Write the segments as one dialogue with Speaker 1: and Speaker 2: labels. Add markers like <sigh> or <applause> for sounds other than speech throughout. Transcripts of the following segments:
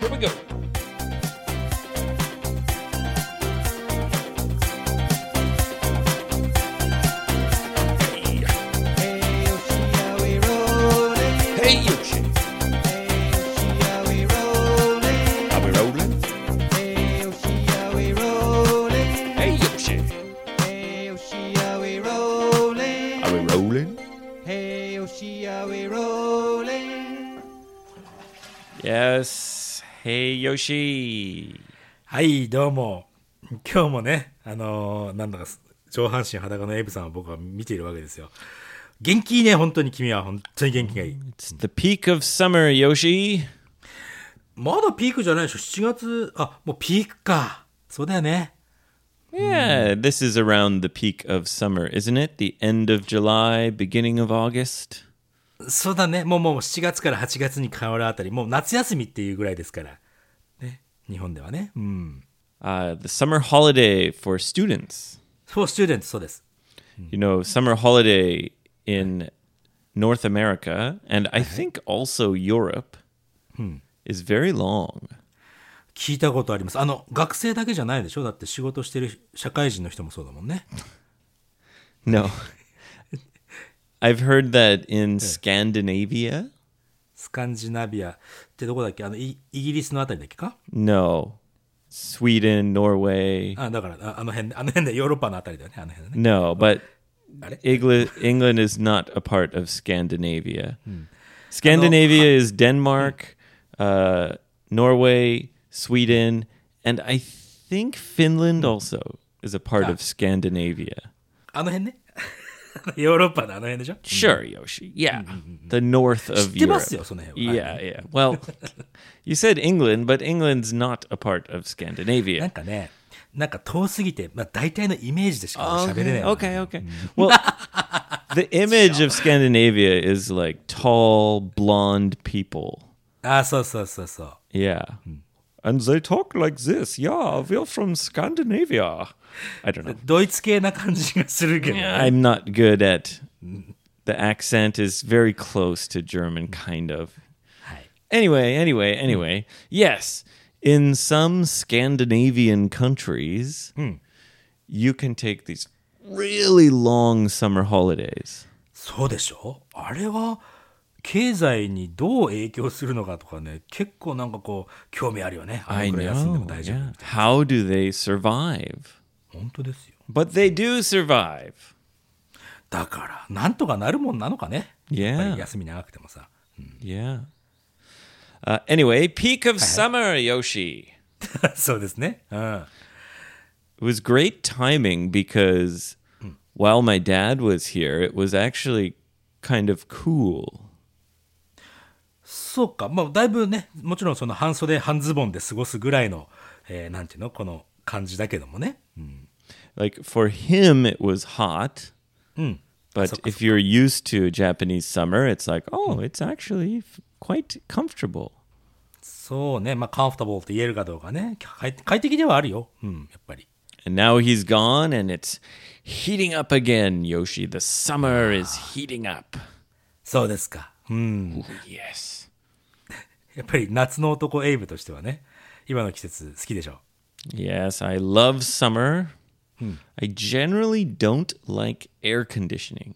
Speaker 1: Here we go. Hey, Yoshi. Are we rolling? Hey, Yoshi. Are we rolling? Yes. Hey, Yoshi.
Speaker 2: はい、どうも。今日もね、あのーなんだかす、上半身裸のエイブさんを僕は見ているわけですよ。元気いいね、本当に君は。本当に元気がいい。
Speaker 1: It's the peak of summer, Yoshi.
Speaker 2: まだピークじゃないでしょ ?7 月、あ、もうピークか。そうだよね。
Speaker 1: Yeah, this is around the peak of summer, isn't it? The end of July, beginning of August.
Speaker 2: そうだね。もうもう7月から8月に変わるあたり、もう夏休みっていうぐらいですから。ね。日本ではね。うん。
Speaker 1: Uh, the summer holiday for students.
Speaker 2: そう、スチューデント、そうです。
Speaker 1: You know, summer holiday in North America and I think also Europe is very long.
Speaker 2: 聞いたことあります。あの、学生だけじゃないでしょだって仕事してる社会人の人もそうだもんね。
Speaker 1: No. <laughs> I've heard that in Scandinavia.
Speaker 2: スカンジナビアってどこだっけあのイ、イギリスのあたりだっけか
Speaker 1: No. Sweden, Norway.
Speaker 2: あ、だから、ああの辺、あの辺で、ヨーロッパのあたりだよね。あの辺だね。
Speaker 1: No, but
Speaker 2: Got it.
Speaker 1: England, England is not a part of Scandinavia.
Speaker 2: Hmm.
Speaker 1: Scandinavia
Speaker 2: <laughs>
Speaker 1: is Denmark, uh, Norway, Sweden, and I think
Speaker 2: Hmm.
Speaker 1: Finland also is a part of Scandinavia.
Speaker 2: あの辺ね。 <laughs> ヨーロッパのあの辺でしょ
Speaker 1: Sure, Yoshi. Yeah.
Speaker 2: Hmm,
Speaker 1: The north of
Speaker 2: 知ってます
Speaker 1: Europe.
Speaker 2: よ、その辺は。
Speaker 1: Yeah, yeah.
Speaker 2: <laughs>
Speaker 1: Well, you said England, but England's not a part of
Speaker 2: なん
Speaker 1: Scandinavia.
Speaker 2: かね、なんか遠すぎて、まあ大体のイメージでしか俺喋れない
Speaker 1: Okay,
Speaker 2: の。
Speaker 1: okay, okay. <laughs> Well, the image of Scandinavia is like tall, blonde people.
Speaker 2: あ、そうそうそうそう。
Speaker 1: Yeah. Hmm. And they talk like this. Yeah, we're from Scandinavia. I don't know.
Speaker 2: ドイツ系な感じがするけど。
Speaker 1: Uh, I'm not good at the accent is very close to German kind of.
Speaker 2: はい。
Speaker 1: Anyway, anyway, anyway. Yes, in some Scandinavian countries, you can take these really long summer holidays.
Speaker 2: そうでしょあれは、経済にどう影響するのかとかね、結構なんかこう、興味あるよね。あ
Speaker 1: I
Speaker 2: のくらい休んでも
Speaker 1: know.
Speaker 2: 大丈夫。
Speaker 1: Yeah. How do they survive?
Speaker 2: 本当ですよ。
Speaker 1: But they do survive.
Speaker 2: だから、なんとかなるもんなのかね。やっぱ
Speaker 1: Yeah.
Speaker 2: り休み長くてもさ。 <laughs>
Speaker 1: Yeah. Uh, anyway, peak of summer, Yoshi.
Speaker 2: そうですね。うん。
Speaker 1: It was great timing because while my dad was here, it was actually kind of cool.
Speaker 2: そうか。まあ、だいぶね、もちろんその半袖、半ズボンで過ごすぐらいの、えーなんていうのこの感じだけどもね。
Speaker 1: Like for him, it was hot.
Speaker 2: Hmm.
Speaker 1: But if you're used to Japanese summer, it's like,
Speaker 2: Hmm.
Speaker 1: oh, it's actually f- quite comfortable.
Speaker 2: そうね。まあ、カンフタボーって言えるかどうかね。快快適ではあるよ。うん、やっぱり。
Speaker 1: And now he's gone and it's heating up again, Yoshi. The summer is heating up.
Speaker 2: そうですか。うん。
Speaker 1: Yes.
Speaker 2: やっぱり夏の男エイブとしてはね、今の季節好きでしょ
Speaker 1: Yes, I love summer. I generally don't like air conditioning.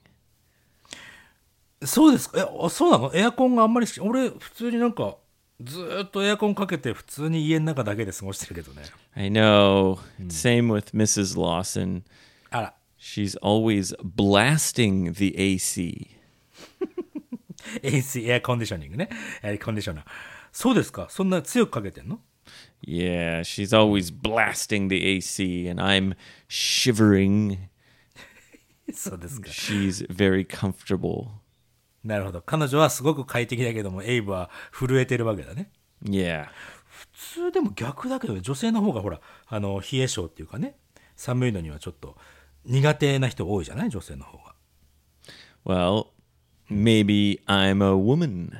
Speaker 2: そうですか。え、あそうなのエアコンがあんまり好き。俺、普通になんか、ずーっとエアコンかけて普通に家の中だけで過ごしてるけどね。
Speaker 1: I know. Same with Mrs. Lawson.
Speaker 2: あら、
Speaker 1: She's always blasting the AC.
Speaker 2: AC、エアコンディショニングね。エアコンディショナー。そうですか。そんな強くかけてんの
Speaker 1: Yeah, she's always blasting the AC, and I'm shivering.
Speaker 2: そうですか。
Speaker 1: She's very comfortable.
Speaker 2: なるほど。彼女はすごく快適だけども、エイブは震えてるわけだね。
Speaker 1: Yeah.
Speaker 2: 普通でも逆だけどね、女性の方がほら、あの、冷え性っていうかね、寒いのにはちょっと苦手な人多いじゃない女性の方が。
Speaker 1: Well, maybe I'm a woman.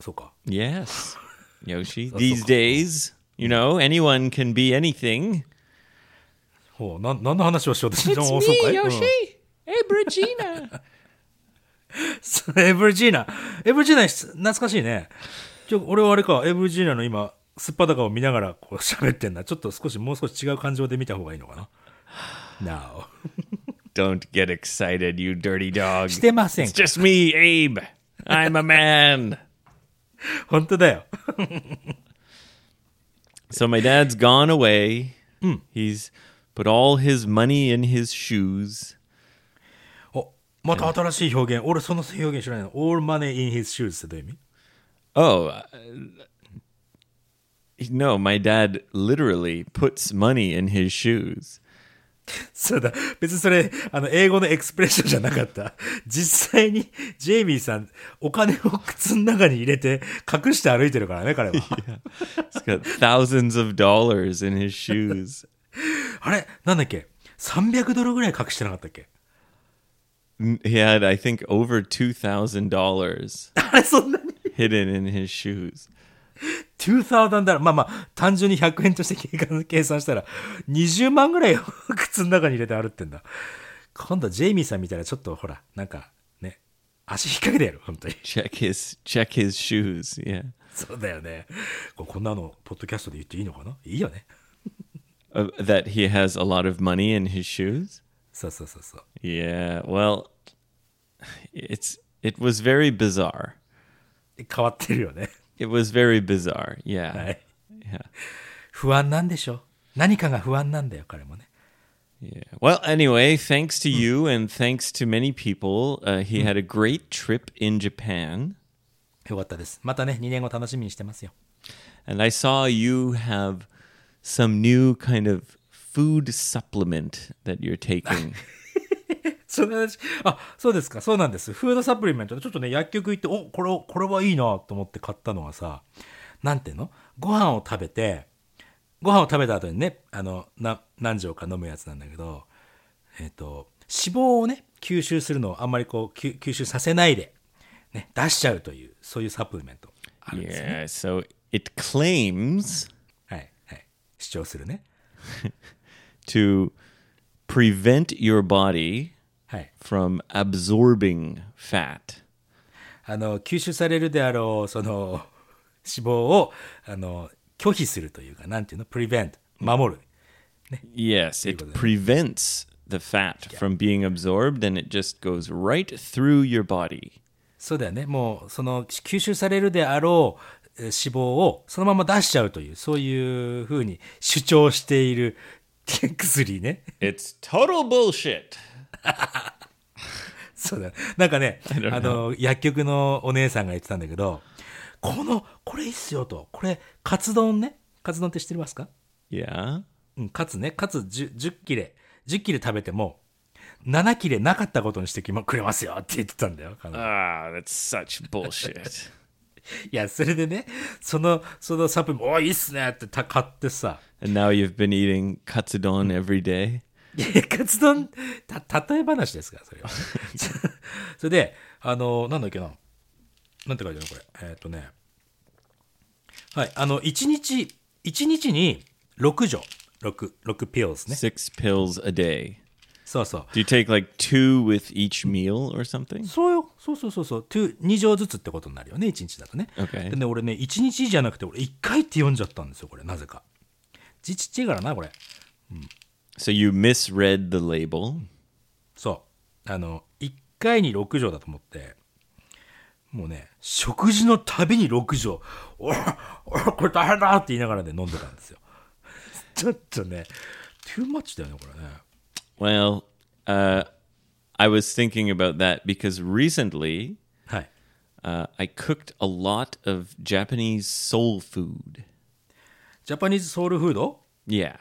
Speaker 2: そうか。
Speaker 1: <laughs> Yes. Yoshi, these days, you know, anyone can be anything.
Speaker 2: ほう、なん、何の話をしようとしてた
Speaker 1: It's
Speaker 2: のおそうか
Speaker 1: me,
Speaker 2: い
Speaker 1: Yoshi. Hey, Regina.
Speaker 2: うんエブリジーナ。エブリジーナ、懐かしいね。じゃあ俺はあれか、エブリジーナの今、すっぱだかを見ながらこう喋ってんだ。ちょっと少し、もう少し違う感情で見た方がいいのかな。Now.
Speaker 1: Don't get excited, you dirty dog.
Speaker 2: してません
Speaker 1: It's。just me, Abe. I'm <laughs> a man.
Speaker 2: <laughs> 本当だよ。
Speaker 1: So my dad's gone away. He's put all his money in his shoes.
Speaker 2: お、また新しい表現。俺その表現知らないの。all money in his shoes ってどういう意味
Speaker 1: Oh, uh, no, my dad literally puts money in his shoes.
Speaker 2: そうだ。別にそれ、あの、英語のエクスプレッションじゃなかった。実際に、ジェイミーさん、お金を靴の中に入れて、隠して歩いてるからね、彼は。
Speaker 1: He's <laughs> got thousands of dollars in his shoes.
Speaker 2: あれなんだっけ ?300 ドルぐらい隠してなかったっけ
Speaker 1: He had, I think, over $2,000
Speaker 2: あれそんなに
Speaker 1: hidden in his shoes.
Speaker 2: ?2000 ドル。まあまあ、単純に100円として計算計算したら、20万ぐらいを靴の中に入れて歩ってんだ。今度、ジェイミーさんみたいな、ちょっとほら、なんか、ね、足引っ掛けてやる、本当に。
Speaker 1: Check his check his shoes. Yeah.
Speaker 2: そうだよね。ここんなの、ポッドキャストで言っていいのかないいよね。
Speaker 1: Uh, that he has a lot of money in his shoes.
Speaker 2: そうそうそうそう。
Speaker 1: Yeah. Well, it's it was very bizarre.
Speaker 2: 変わってるよね。
Speaker 1: It was very bizarre. Yeah.
Speaker 2: はい。
Speaker 1: Yeah.
Speaker 2: 不安なんでしょ何かが不安なんだよ、彼もね。
Speaker 1: Yeah. Well, anyway, thanks to you and thanks to many people, uh, he had a great trip in Japan.
Speaker 2: よかったです。またね、2年後楽しみにしてますよ。
Speaker 1: And I saw you have some new kind of food supplement that you're taking.
Speaker 2: その話、あ、そうですか、そうなんです。フードサプリメントでちょっとね、薬局行って、お、これを、これはいいなと思って買ったのはさ、なんていうのご飯を食べて、ご飯を食べた後にね、あの、な、何錠か飲むやつなんだけど、えっ、と、脂肪をね、吸収するのをあんまりこう、吸吸収させないで、ね、出しちゃうという、そういうサプリメント。
Speaker 1: yeah. So it claims
Speaker 2: はい、はい。主張するね。
Speaker 1: to prevent your body
Speaker 2: はい。
Speaker 1: from absorbing fat.
Speaker 2: あの、吸収されるであろう、その、脂肪を、あの、拒否するというか、なんていうの ?prevent。守る。
Speaker 1: Yes, it prevents the fat from being absorbed and it just goes right through your body.
Speaker 2: そうだよね。もう、その、吸収されるであろうえー脂肪をそのまま出しちゃうという、そういうふうに主張している <laughs> 薬ね。
Speaker 1: It's total bullshit.
Speaker 2: そうだね。なんかね
Speaker 1: don't、know.
Speaker 2: あの、薬局のお姉さんが言ってたんだけど、この、これいいっすよと。これ、カツ丼ね。カツ丼って知ってますか
Speaker 1: Yeah.
Speaker 2: うん、カツね、カツ 10, 10切れ、10切れ食べても、7切れなかったことにしてきまくれますよって言ってたんだよ。彼女
Speaker 1: Ah, that's such bullshit.
Speaker 2: いや、それでね、その、そのサプリも、おい、いいっすねってた買ってさ、
Speaker 1: <laughs> and now you've been eating katsudon every <laughs> day.
Speaker 2: いやいやカツ丼、た、例え話ですから、そ <laughs> れは。それで、あの、なんだっけな。なんて書いてあるのこれ。えーっ、とね。はい、あの、1日、1日に6錠。6、6ピルスね。
Speaker 1: Six pills a day.
Speaker 2: そうそう。
Speaker 1: Do you take like two with each meal or something?
Speaker 2: そうよ。そうそうそうそう。2、2錠ずつってことになるよね、1日だとね。
Speaker 1: Okay.
Speaker 2: でね、俺ね、1日じゃなくて、俺1回って読んじゃったんですよ、これ、なぜか。字ちっちゃいからな、これ。
Speaker 1: So you misread the label.
Speaker 2: そう。あの、1回に6錠だと思って、もうね、食事のたびに6錠、おら、おら、これ大変だって言いながらね、飲んでたんですよ。 <laughs> ちょっとね、トゥーマッチだよね、これね。
Speaker 1: Well, uh, I was thinking about that because recently
Speaker 2: はい。
Speaker 1: uh, I cooked a lot of Japanese soul food.
Speaker 2: ジャパニーズソウルフード
Speaker 1: Yeah.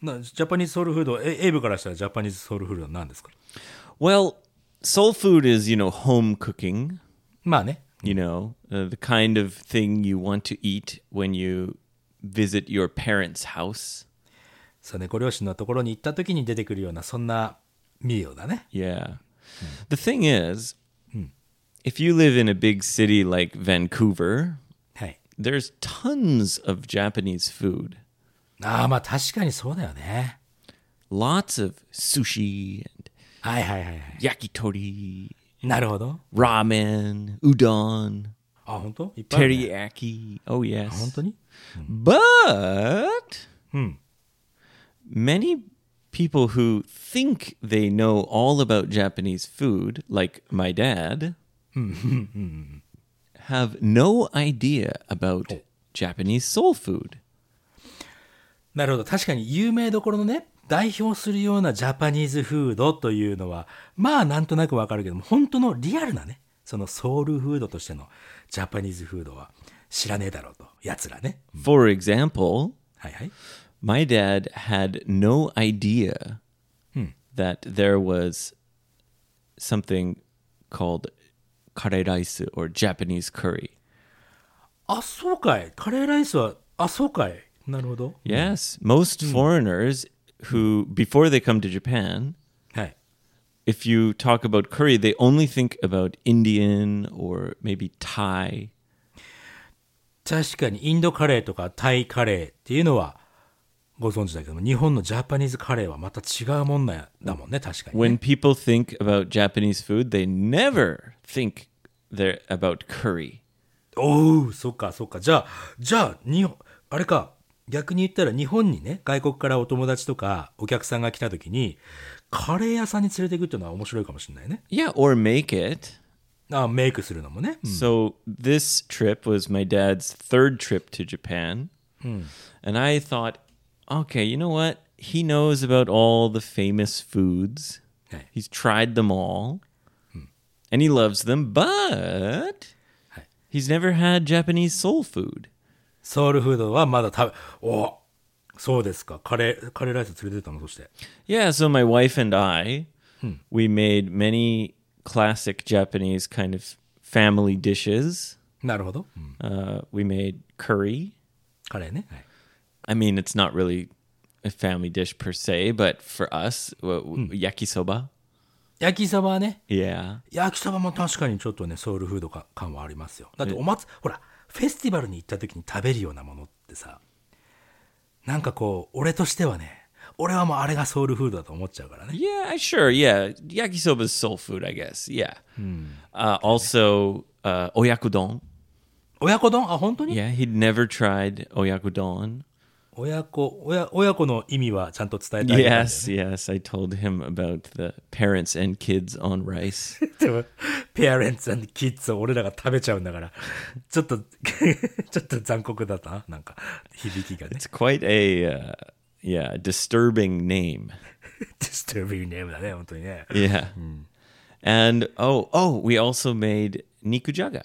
Speaker 2: なジャパニーズソウルフード、えエイブからしたらジャパニーズソウルフードは何ですか
Speaker 1: Well, soul food is, you know, home cooking.
Speaker 2: まあね、
Speaker 1: you know, uh, the kind of thing you want to eat when you visit your parents' house.
Speaker 2: そうね、ご両親のところに行った時に出てくるような、そんなミールだね。
Speaker 1: Yeah. Hmm. The thing is, if you live in a big city like Vancouver,
Speaker 2: はい。
Speaker 1: there's tons of Japanese food.
Speaker 2: ああ、まあ確かにそうだよね。
Speaker 1: Lots of sushi and
Speaker 2: はいはいはいはい。
Speaker 1: yakitori,
Speaker 2: なるほど。
Speaker 1: ramen, udon.
Speaker 2: あ本当いっぱいあるね
Speaker 1: teriyaki. Oh
Speaker 2: あ本
Speaker 1: yes.
Speaker 2: 当に
Speaker 1: But
Speaker 2: うん。
Speaker 1: many people who think they know all about Japanese food, like my dad, have no idea about Japanese soul food.
Speaker 2: なるほど確かに有名どころのね代表するようなジャパニーズフードというのはまあなんとなくわかるけども本当のリアルなねそのソウルフードとしてのジャパニーズフードは知らねえだろうとやつらね
Speaker 1: For example,
Speaker 2: はいはい
Speaker 1: my dad had no idea that there was something called kare rice or Japanese curry.
Speaker 2: あそうかいカレーライスはあそうかいなるほど
Speaker 1: Yes, most foreigners who before they come to Japan,
Speaker 2: はい、
Speaker 1: if you talk about curry, they only think about Indian or maybe Thai.
Speaker 2: 確かにインドカレーとかタイカレーっていうのはご存知だけども日本のジャパニーズカレーはまた違うもんなんやだもんね確かに
Speaker 1: When people think about Japanese food, they never think they're about curry.
Speaker 2: おおそっかそっかじゃあじゃあ日本あれか逆に言ったら日本にね外国からお友達とかお客さんが来た時にカレー屋さんに連れていくっていうのは面白いかもしれないね
Speaker 1: Yeah, or make it.
Speaker 2: あメイクするのもね、
Speaker 1: So this trip was my dad's third trip to Japan.
Speaker 2: Hmm.
Speaker 1: And I thought, okay, you know what? He knows about all the famous foods.
Speaker 2: Hey. Hmm.
Speaker 1: He's tried them all. And he loves them, but
Speaker 2: Hey.
Speaker 1: he's never had Japanese soul food.
Speaker 2: ソウルフードはまだ食べおーそうですかカレーカレーライス連れてったのそして
Speaker 1: Yeah, so my wife and I,
Speaker 2: Hmm.
Speaker 1: we made many classic Japanese kind of family dishes.
Speaker 2: なるほど、うん
Speaker 1: Uh, we made curry.
Speaker 2: カレーね、はい
Speaker 1: I mean, it's not really a family dish per se, but for us, w- w- yakisoba.
Speaker 2: 焼きそばはね
Speaker 1: Hmm. Yeah.
Speaker 2: 焼きそばも確かにちょっとねソウルフードか感はありますよだってお祭ほらフェスティバルに行った時に食べるようなものってさなんかこう俺としてはね俺はもうあれがソウルフードだと思っちゃうからね
Speaker 1: Yeah, I- sure. Yeah. Yakisoba is soul food, I guess. Yeah. Uh, also, uh, oyakudon.
Speaker 2: 親子丼あ本当に
Speaker 1: Yeah, he'd never tried oyakudon.
Speaker 2: 親子親親子の意味はちゃんと伝えてあげたんだよね
Speaker 1: Yes, yes. I told him about the parents and kids on rice.
Speaker 2: でもペアレンツキッズを俺らが食べちゃうんだからちょっと <laughs> ちょっと残酷だったななんか響きがね
Speaker 1: It's quite a, uh, yeah, disturbing name.
Speaker 2: disturbing name だね本当にね
Speaker 1: Yeah. And oh, oh, we also made nikujaga.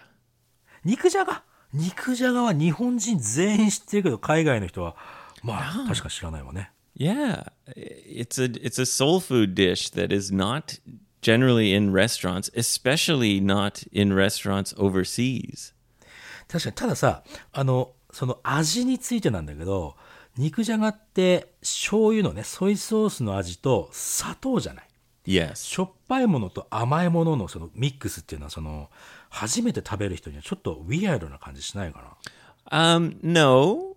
Speaker 2: 肉じゃが肉じゃがは日本人全員知ってるけど海外の人はまあ確か知らないわね
Speaker 1: Yeah, it's a it's a soul food dish that is not generally in restaurants, especially not in restaurants overseas.
Speaker 2: 確かにたださあのその味についてなんだけど肉じゃがって醤油のねソイソースの味と砂糖じゃない
Speaker 1: Yes.
Speaker 2: しょっぱいものと甘いもののそのミックスっていうのはその初めて食べる人にはちょっとウィアードな感じしないかな
Speaker 1: Um. No.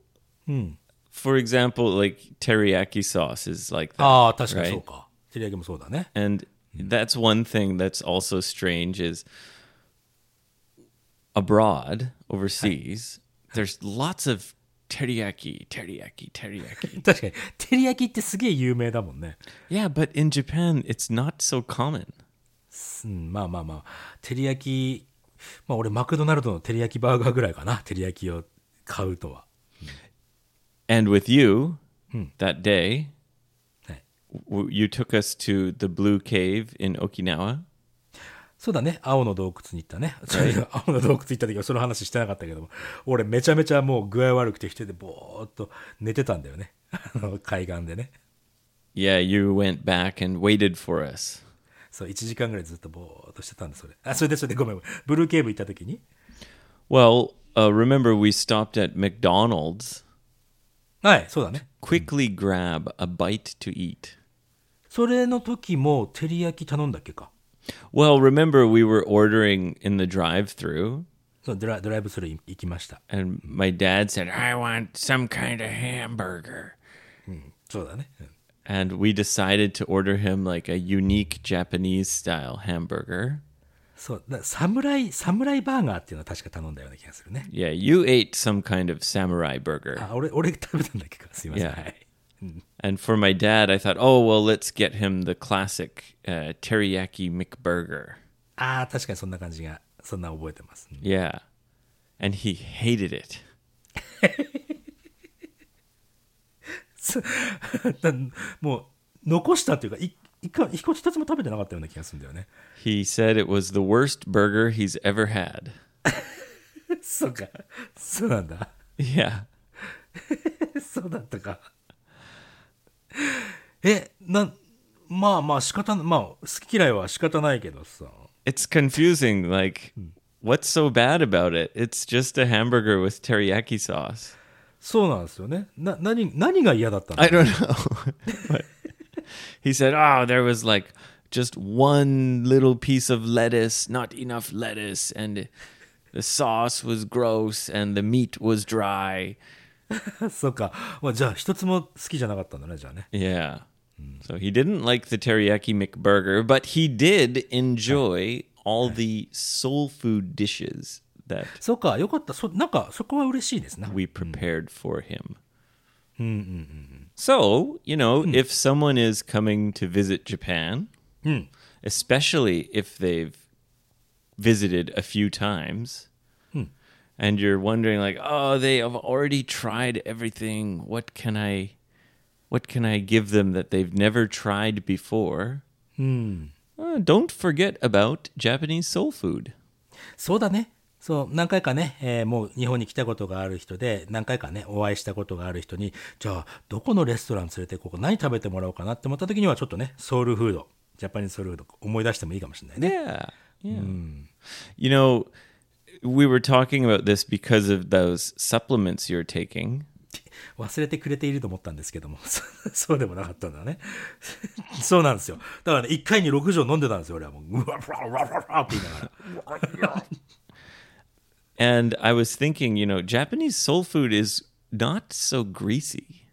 Speaker 1: For example, like teriyaki sauce is like that,
Speaker 2: ああ確かに
Speaker 1: Right.
Speaker 2: そうか照り焼きもそうだね
Speaker 1: and that's one thing that's also strange is abroad, overseas, there's lots of teriyaki, teriyaki, teriyaki.
Speaker 2: <laughs> 確かに照り焼きってすげえ有名だもんね
Speaker 1: Yeah, but in Japan, it's not so common.
Speaker 2: うん、まあまあまあ、照り焼き、まあ俺、マクドナルドの照り焼きバーガーぐらいかな、照り焼きを買うとは。
Speaker 1: And with you that day,
Speaker 2: はい、
Speaker 1: w- you took us to the Blue Cave in Okinawa.
Speaker 2: そうだね、青の洞窟に行ったね。そういう青の洞窟行った時はその話してなかったけども、俺、めちゃめちゃもう具合悪くて、一人でぼーっと寝てたんだよね、あの海岸でね。
Speaker 1: Yeah, you went back and waited for us.
Speaker 2: そう、1時間ぐらいずっとぼーっとしてたんだ、それ。あ、それで、それで、ごめん、ごめんブルーケーブ行った時に、
Speaker 1: Well, uh, remember, we stopped at McDonald's,
Speaker 2: はい、そうだね。
Speaker 1: quickly grab a bite to eat.
Speaker 2: それの時も、照り焼き頼んだっけか。
Speaker 1: Well, remember, we were ordering in the drive through,
Speaker 2: そうドラドライブスルー行きました。
Speaker 1: and my dad said, I want some kind of hamburger.
Speaker 2: そうだね。うん
Speaker 1: And we decided to order him like a unique Japanese style hamburger.
Speaker 2: そうだ侍侍バーガーっていうのは確か頼んだような気がするね
Speaker 1: Yeah, you ate some kind of samurai burger.
Speaker 2: あ俺俺食べたんだっけかすいません、
Speaker 1: Yeah.
Speaker 2: はい、
Speaker 1: And for my dad, I thought, oh, well, let's get him the classic uh, teriyaki McBurger.
Speaker 2: ああ確かにそんな感じがそんな覚えてます、うん
Speaker 1: Yeah. And he hated it.
Speaker 2: そ <laughs> だもう残したっていうかい一個一個一つも食べてなかったような気がするんだよね
Speaker 1: He said it was the worst burger he's ever had.
Speaker 2: <laughs>
Speaker 1: <laughs>
Speaker 2: そうかそうなんだ
Speaker 1: Yeah.
Speaker 2: <laughs> そうだったか。 <laughs> え、な、まあまあ仕方な、まあ好き嫌いは仕方ないけどさ。
Speaker 1: It's confusing. Like, what's so bad about it? It's just a hamburger with teriyaki sauce.
Speaker 2: そうなんですよね。な、何、何が嫌だったの
Speaker 1: I don't know. <laughs> But he said, "Oh, there was like just one little piece of lettuce, not enough lettuce, and the sauce was gross, and the meat was dry."
Speaker 2: そうか。まあじゃあ一つも好きじゃなかったんだね、じゃあね。
Speaker 1: Yeah. So he didn't like the teriyaki McBurger, but he did enjoy all the soul food dishes that
Speaker 2: そうか、よかった。そ、なんかそこは嬉しいですね。
Speaker 1: we prepared for him. So, you know, if someone is coming to visit Japan, especially if they've visited a few times, and you're wondering like, "Oh, they have already tried everything. What can I what can I give them that they've never tried before?" Uh, don't forget about Japanese soul food.
Speaker 2: そうだね。そう、何回かね、えーもう日本に来たことがある人で、何回かね、お会いしたことがある人に、じゃあ、どこのレストラン連れて、ここ何食べてもらおうかなって思った時には、ちょっとね、ソウルフード、ジャパニーズソウルフード、思い出してもいいかもしれないね。
Speaker 1: Yeah. Yeah. You know, we were talking about this because of those supplements you're taking.
Speaker 2: 忘れてくれていると思ったんですけども、そそうでもなかったんだね。そうなんですよ。だからね、1回に6錠飲んでたんですよ、俺はもう。うわふわふわふわふわって言いながら。
Speaker 1: And I was thinking, you know, Japanese soul food is not so greasy.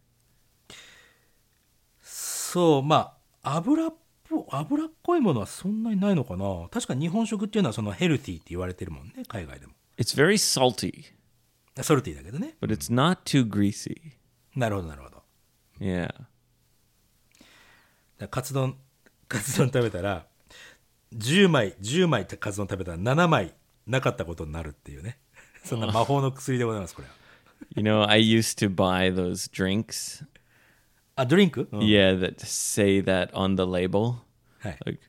Speaker 2: そう、まあ、油っぽ、油っこいものはそんなにないのかな。確か日本食っていうのはそのヘルティーって言われてるもんね、海外でも。
Speaker 1: It's very salty,
Speaker 2: ソルティーだけどね。
Speaker 1: but it's not too greasy.
Speaker 2: なるほど、なるほど。だか
Speaker 1: Yeah.
Speaker 2: らカツ丼、 <laughs> カツ丼食べたら、10枚、10枚カツ丼食べたら7枚なかったことになるっていうね。 <laughs> そんな魔法の薬でございます、これは。
Speaker 1: You know, I used to buy those drinks,
Speaker 2: あ、ドリンク、うん
Speaker 1: yeah, that say that on the label.
Speaker 2: はい。
Speaker 1: Like,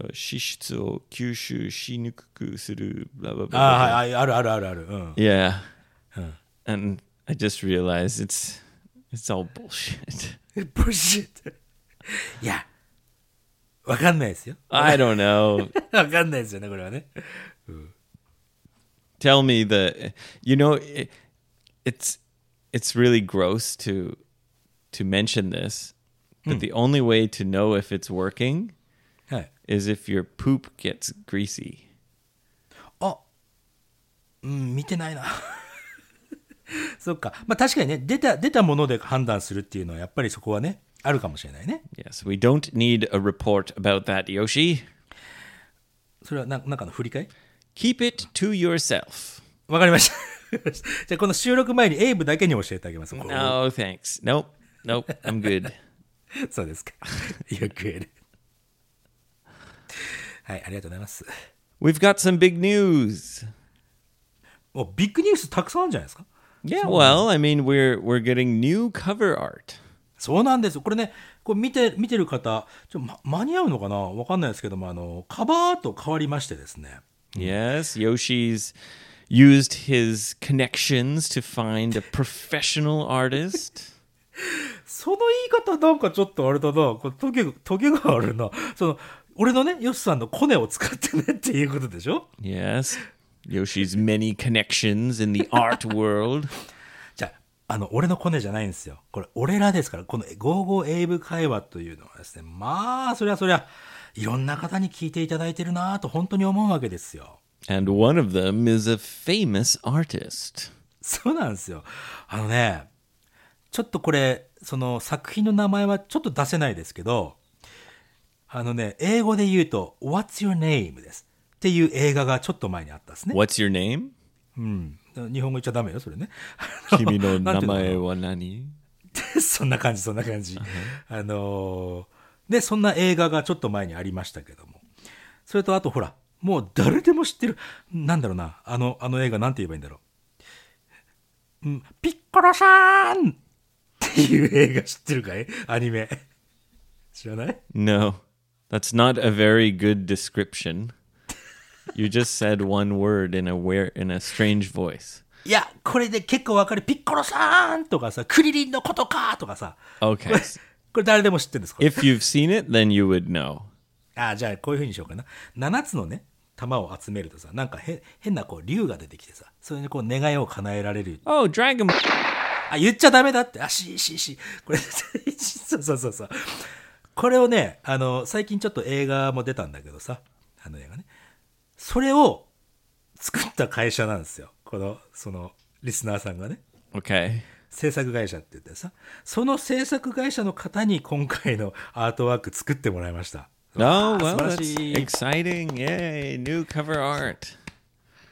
Speaker 1: uh, 脂質を吸収しにくくする blah, blah, blah,
Speaker 2: あ
Speaker 1: blah,
Speaker 2: あ、はい、ああるあるあるある。うん。
Speaker 1: Yeah. And I just realized it's it's all bullshit.
Speaker 2: ブシッいや、わかんないですよ。
Speaker 1: I don't know.
Speaker 2: わかんないですよね、これはね。
Speaker 1: Tell me the you know it, it's it's really gross to to mention this, but the only way to know if it's working
Speaker 2: はい。
Speaker 1: is if your poop gets greasy.
Speaker 2: あ、うん、見てないな。 <laughs> そっか。まあ確かにね、出た、出たもので判断するっていうのは、やっぱりそこはね、あるかもしれないね。
Speaker 1: Yes, we don't need a report about that, Yoshi.
Speaker 2: それはな、なんかの振り返り
Speaker 1: Keep it to yourself.
Speaker 2: わかりました。 <laughs> じゃあこの収録前にエイブだけに教えてあげます。
Speaker 1: No, thanks. Nope. Nope. I'm good.
Speaker 2: そうですか。 <laughs> よくやる。はい、ありがとうございます。
Speaker 1: We've got some big news.
Speaker 2: もうビッグニュースたくさんあるんじゃないですか
Speaker 1: Yeah, well, I mean, we're we're getting new cover art.
Speaker 2: そうなんですよ。これね、これ見て、見てる方、ちょっと、ま、間に合うのかなわかんないですけども、あの、カバーアート変わりましてですね。
Speaker 1: Yes, Yoshi's used his connections to find a professional artist.
Speaker 2: その言い方なんかちょっとあれだな、これトゲ、トゲがあるな。その、俺のね、ヨシさんのコネを使ってねっていうことでしょ
Speaker 1: Yes, Yoshi's many connections in the art world.
Speaker 2: じゃあ、あの、俺のコネじゃないんですよ。これ、俺らですから、この55エイブ会話というのはですね、まあ、そりゃそりゃ、いろんな方に聞いていただいてるなぁと本当に思うわけですよ。
Speaker 1: And one of them is a famous artist.
Speaker 2: <laughs> そうなんですよ。あのね、ちょっとこれ、その作品の名前はちょっと出せないですけど、あのね、英語で言うと、What's your name? です。ってっていう映画がちょっと前にあったんですね。
Speaker 1: What's your name?
Speaker 2: うん。日本語言っちゃダメよ、それね。
Speaker 1: 君の名
Speaker 2: なんていう
Speaker 1: 前
Speaker 2: の
Speaker 1: は何
Speaker 2: <laughs> そんな感じ、そんな感じ。あのーで、そんな映画がちょっと前にありましたけども。それと、あとほら、もう誰でも知ってる、なんだろうな、あの、あの映画なんて言えばいいんだろう。うん、ピッコロさーんっていう映画知ってるかいアニメ。知らない
Speaker 1: No, that's not a very good description. You just said one word in a weir in a strange voice.
Speaker 2: いや、これで結構わかる。ピッコロさーんとかさ、クリリンのことかーとかさ。
Speaker 1: Okay.
Speaker 2: これこれ誰でも知ってるんです、これ。
Speaker 1: If you've seen it, then you would know.
Speaker 2: あーじゃあこういうふうにしようかな7つのね玉を集めるとさなんかへ変なこう竜が出てきてさそれにこう願いを叶えられる
Speaker 1: Oh, Dragon.
Speaker 2: あ言っちゃダメだってあしししこれ <laughs> そうそうそうそうこれをねあの最近ちょっと映画も出たんだけどさあの映画ねそれを作った会社なんですよこのそのリスナーさんがね
Speaker 1: Okay.
Speaker 2: 制作会社って言ってさその制作会社の方に今回のアートワーク作ってもらいました
Speaker 1: Oh,
Speaker 2: わあ
Speaker 1: well,
Speaker 2: 素晴ら
Speaker 1: that's
Speaker 2: しい
Speaker 1: exciting. Yay, new cover art.
Speaker 2: っ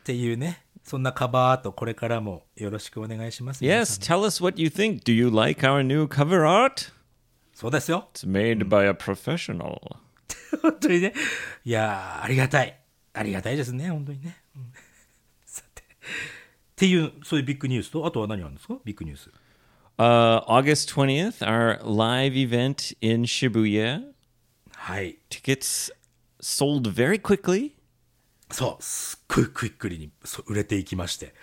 Speaker 2: ていうねそんなカバーアートこれからもよろしくお願いします、皆さ
Speaker 1: Yes, tell
Speaker 2: ん
Speaker 1: us what you think. Do you like our new cover art? Hmm.
Speaker 2: そうですよ <laughs>
Speaker 1: It's made by a professional.
Speaker 2: 本当にねいやーありがたいありがたいですね本当にね、うん、 <laughs> さてっていうそういうビッグニュースとあとは何があるんですかビッグニュース
Speaker 1: Uh, August 20th, our live event in Shibuya.
Speaker 2: はい
Speaker 1: Tickets sold very <laughs> quickly.
Speaker 2: そうすっごいクイックリにそう売れていきまして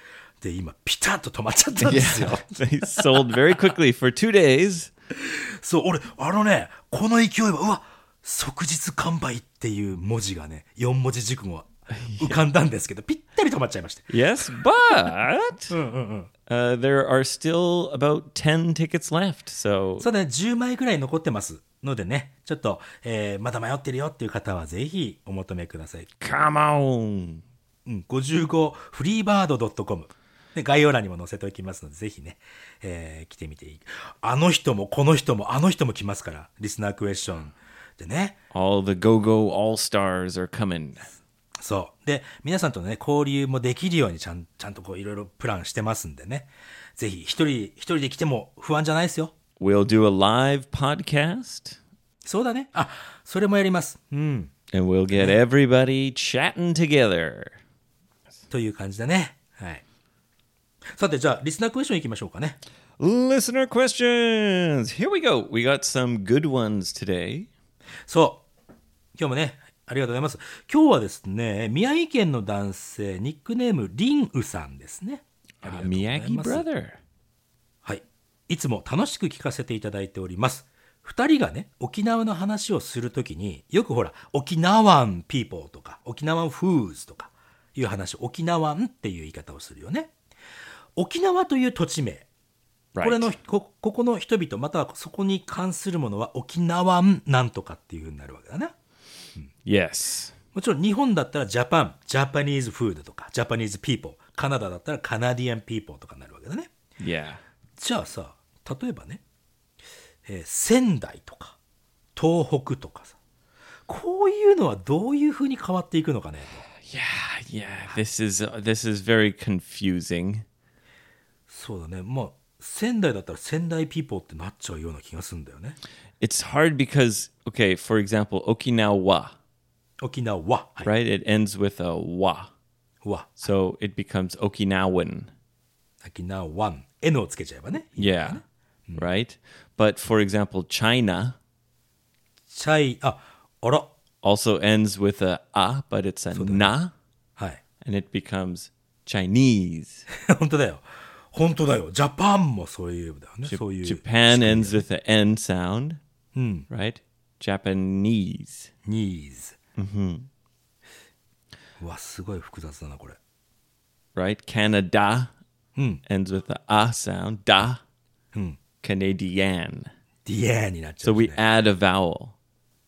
Speaker 2: で今ピタッと止まっちゃったんですよ、
Speaker 1: they sold very quickly for two days.
Speaker 2: <laughs> そう俺あのねこの勢いはうわ即日完売っていう文字がね4文字熟語 <laughs> が浮かんだんですけどぴったり止まっちゃいまして
Speaker 1: Yes, <laughs> but uh, there are still about 10 tickets left. So
Speaker 2: そうだね、10枚ぐらい残ってますのでね、ちょっと、えーまだ迷ってるよっていう方はぜひお求めください。
Speaker 1: come on.
Speaker 2: うん、55フリーバード .com。で概要欄にも載せておきますので、ぜひね、えー来てみていい。あの人もこの人もあの人も来ますから、リスナークエスチョンでね。
Speaker 1: All the go go all stars are coming.
Speaker 2: そう。で、皆さんとね、交流もできるようにちゃん、ちゃんとこういろいろプランしてますんでね。ぜひ、一人、一人で来ても不安じゃないですよ。
Speaker 1: We'll do a live podcast
Speaker 2: そうだね。あ、それもやります。うん。
Speaker 1: and we'll get everybody chatting together.
Speaker 2: という感じだね。はい。さて、じゃあ、リスナークエスチョンいきましょうかね。
Speaker 1: Listener questions. Here we go. We got some good ones today.
Speaker 2: そう。今日もね、ありがとうございます。今日はですね、宮城県の男性、ニックネーム、リンウさんですね。
Speaker 1: Uh,
Speaker 2: り
Speaker 1: Miyagi
Speaker 2: がとうございます
Speaker 1: brother.
Speaker 2: はい。いつも楽しく聞かせていただいております。二人がね、沖縄の話をするときに、よくほら、沖縄ンピーポーとか、沖縄フーズとかいう話、沖縄ンっていう言い方をするよね。沖縄という土地名、これ
Speaker 1: Right.
Speaker 2: のこここの人々またはそこに関するものは沖縄んなんとかっていうふうになるわけだな
Speaker 1: Yes.
Speaker 2: もちろん日本だったらジャパンジャパニーズフードとかジャパニーズピーポーカナダだったらカナディアンピーポーとかになるわけだね
Speaker 1: Yeah.
Speaker 2: じゃあさ例えばね、えー仙台とか東北とかさこういうのはどういうふうに変わっていくのかねと
Speaker 1: Yeah, Ah, yeah. This is uh, this is very confusing.
Speaker 2: そうだねまあ仙台だったら仙台ピーポーってなっちゃうような気がするんだよね
Speaker 1: It's hard because okay, for example, Okinawa,
Speaker 2: 沖縄は、はい、
Speaker 1: right? It ends with a wa.
Speaker 2: わ
Speaker 1: So it becomes Okinawan.
Speaker 2: 沖縄ワン N をつけちゃえばね
Speaker 1: Yeah. Right? But for example, China
Speaker 2: チャイ、あ、あら。
Speaker 1: also ends with a a, but it's a na
Speaker 2: はい。 <laughs>
Speaker 1: and it becomes Chinese.
Speaker 2: 本当だよ。本当だよ。ジャパンもそういうだよね。そういう。
Speaker 1: Japan ends with a n sound. Right? Japanese.
Speaker 2: ニーズ。うん。わ、すごい複雑だな、これ。
Speaker 1: right? Canada ends with the ah sound. Da. Canadian.
Speaker 2: ディアンになっちゃ
Speaker 1: So
Speaker 2: う、ね。
Speaker 1: we add a vowel.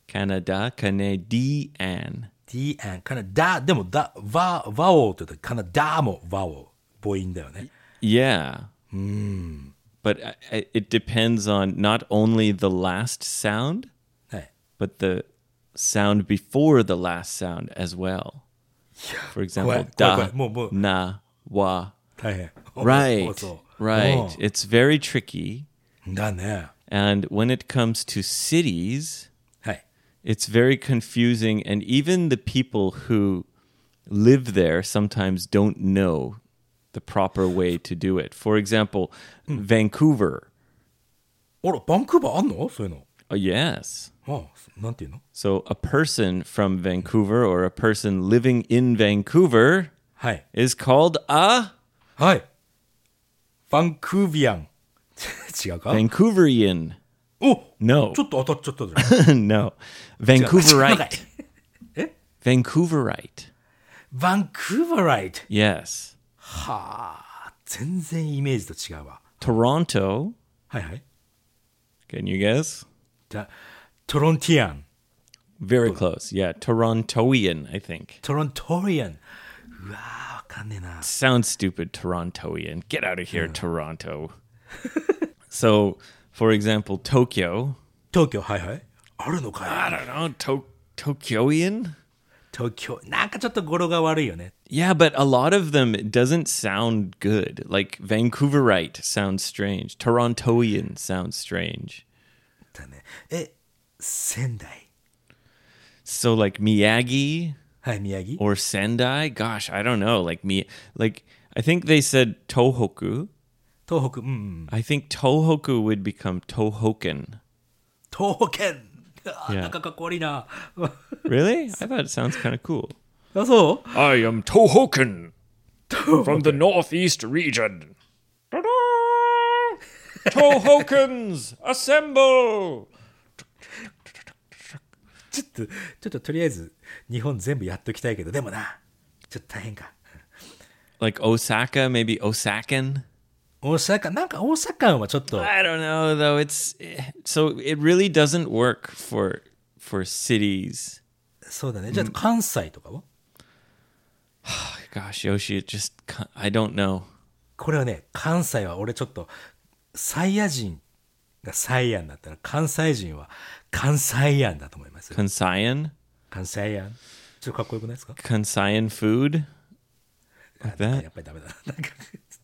Speaker 1: Canada, Canadian.
Speaker 2: ディアン、カナダ、でも、だ、わ、ワオって言ったら、カナダもワオ。母音だよね。
Speaker 1: Yeah. But I- I- it depends on not only the last sound,
Speaker 2: はい。
Speaker 1: but the sound before the last sound as well. For
Speaker 2: 怖
Speaker 1: example,
Speaker 2: い怖い怖
Speaker 1: da,
Speaker 2: いもうもう
Speaker 1: na, wa. <laughs>
Speaker 2: 大変
Speaker 1: Right.
Speaker 2: <laughs> そう Oh.
Speaker 1: Right. It's very tricky.
Speaker 2: だね
Speaker 1: And when it comes to cities,
Speaker 2: はい
Speaker 1: it's very confusing. And even the people who live there sometimes don't know the proper way to do it. For example, Vancouver.
Speaker 2: あらバンクーバーあんのそういうの
Speaker 1: Oh, yes.
Speaker 2: ああなんていうの
Speaker 1: So a person from Vancouver or a person living in Vancouver
Speaker 2: はい
Speaker 1: is called a
Speaker 2: はいバンクービアン <laughs> 違うか
Speaker 1: Vancouverian.
Speaker 2: お
Speaker 1: の
Speaker 2: ちょっと当たっちゃったじゃ
Speaker 1: <laughs>
Speaker 2: ん
Speaker 1: no. <laughs> Vancouverite.
Speaker 2: え
Speaker 1: Vancouverite.
Speaker 2: <laughs> バンクーバーライト
Speaker 1: Yes.
Speaker 2: はあ全然イメージと違うわ
Speaker 1: Toronto.
Speaker 2: はいはい
Speaker 1: Can you guess?
Speaker 2: じゃあトロンティアン
Speaker 1: Very close. Yeah. Torontoian, I think.
Speaker 2: トロントリアンうわーわかんねえな
Speaker 1: Sounds stupid, Torontoian. Get out of here, Toronto. <laughs> so, for example, Tokyo.
Speaker 2: 東京はいはいあるのかよ
Speaker 1: I don't know. To- Tokyoian?
Speaker 2: 東京なんかちょっと語呂が悪いよね
Speaker 1: Yeah, but a lot of them it doesn't sound good. Like Vancouverite sounds strange. Torontoian sounds strange.
Speaker 2: だねえ仙台
Speaker 1: So like Miyagi
Speaker 2: はい宮城
Speaker 1: or Sendai, gosh, I don't know. Like me like I think they said Tohoku.
Speaker 2: 東北うんうん、
Speaker 1: I think Tohoku would become Tohoken.
Speaker 2: 東北県あー
Speaker 1: Yeah.
Speaker 2: なんかかっこ悪い <laughs> な
Speaker 1: Really? I thought it sounds kind of cool.
Speaker 2: あそう
Speaker 3: <laughs> I am Tohoken from the Northeast region. Ta-da! Tohokens, assemble!
Speaker 2: ちょっとちょっととりあえず日本全部やっときたいけどでもなちょっと大変か
Speaker 1: Like Osaka, maybe Osakan.
Speaker 2: 大阪なんか大阪はちょっと
Speaker 1: I don't know though. It's eh, so it really doesn't work for for cities.
Speaker 2: そうだねじゃあ関西とかは
Speaker 1: Gosh, Yoshi, it just co- I don't know.
Speaker 2: これはね関西は俺ちょっとサイヤ人がサイヤンだったら関西人は関西ヤンだと思いますよ
Speaker 1: Kansayan,
Speaker 2: 関西ヤンちょっとかっこよくないですか
Speaker 1: Kansayan food, like
Speaker 2: あ
Speaker 1: that.
Speaker 2: やっぱりダメだ <laughs> なんか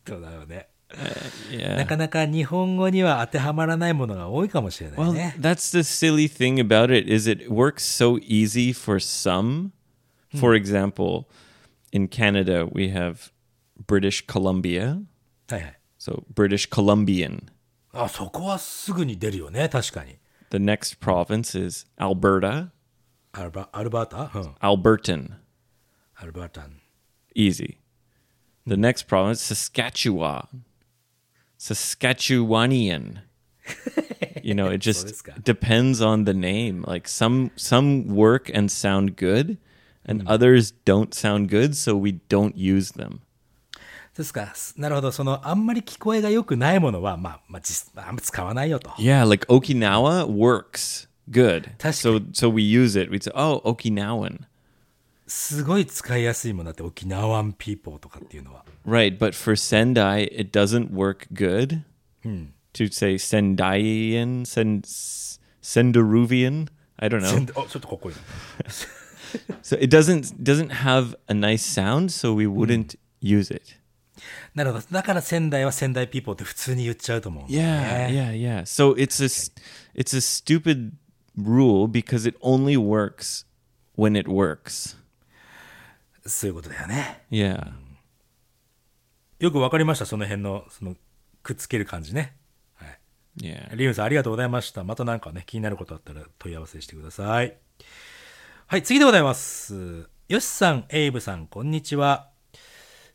Speaker 2: どうだろうね
Speaker 1: Yeah.
Speaker 2: なかなか日本語には当てはまらないものが多いかもしれない
Speaker 1: Well,
Speaker 2: ね。
Speaker 1: that's the silly thing about it is it works so easy for some. For example, in Canada we have British Columbia,
Speaker 2: はいはい。
Speaker 1: so British Columbian.
Speaker 2: あ、そこはすぐに出るよね、確かに。
Speaker 1: The next province is Alberta,
Speaker 2: アルバアルバータ、うん、
Speaker 1: Albertan,
Speaker 2: アルバータン。
Speaker 1: easy. The next province, Saskatchewan, Saskatchewanian. You know, it just
Speaker 2: Sodeska.
Speaker 1: depends on the name. Like some some work and sound good, and others don't sound good, so we don't use them.
Speaker 2: ですか、すなるほど、その、あんまり聞こえが良くないものは、まあ、まあ、実まああんま使わないよと。
Speaker 1: Yeah, like Okinawa works good,
Speaker 2: Tashikani.
Speaker 1: so so we use it. We'd say, "Oh, Okinawan,"
Speaker 2: すごい使いやすいものだって、沖縄ンピーポーとかっていうのは。
Speaker 1: right? But for Sendai, it doesn't work good. To say Sendaiian, Send Sendaruvian, I don't
Speaker 2: 全
Speaker 1: know.
Speaker 2: 然あ、ちょっとかっこいいな。
Speaker 1: So it doesn't doesn't have a nice sound, so we wouldn't use it.
Speaker 2: なるほど、だから仙台は仙台ピーポーって普通に言っちゃうと思うんだよ
Speaker 1: Yeah, yeah, yeah. So it's a s- it's a stupid rule because it only works when it works.
Speaker 2: そういうことだよね。
Speaker 1: Yeah.
Speaker 2: よくわかりました、その辺の、その、くっつける感じね。はい。
Speaker 1: Yeah.
Speaker 2: リウムさんありがとうございました。またなんかね、気になることあったら問い合わせしてください。はい、次でございます。よしさん、エイブさん、こんにちは。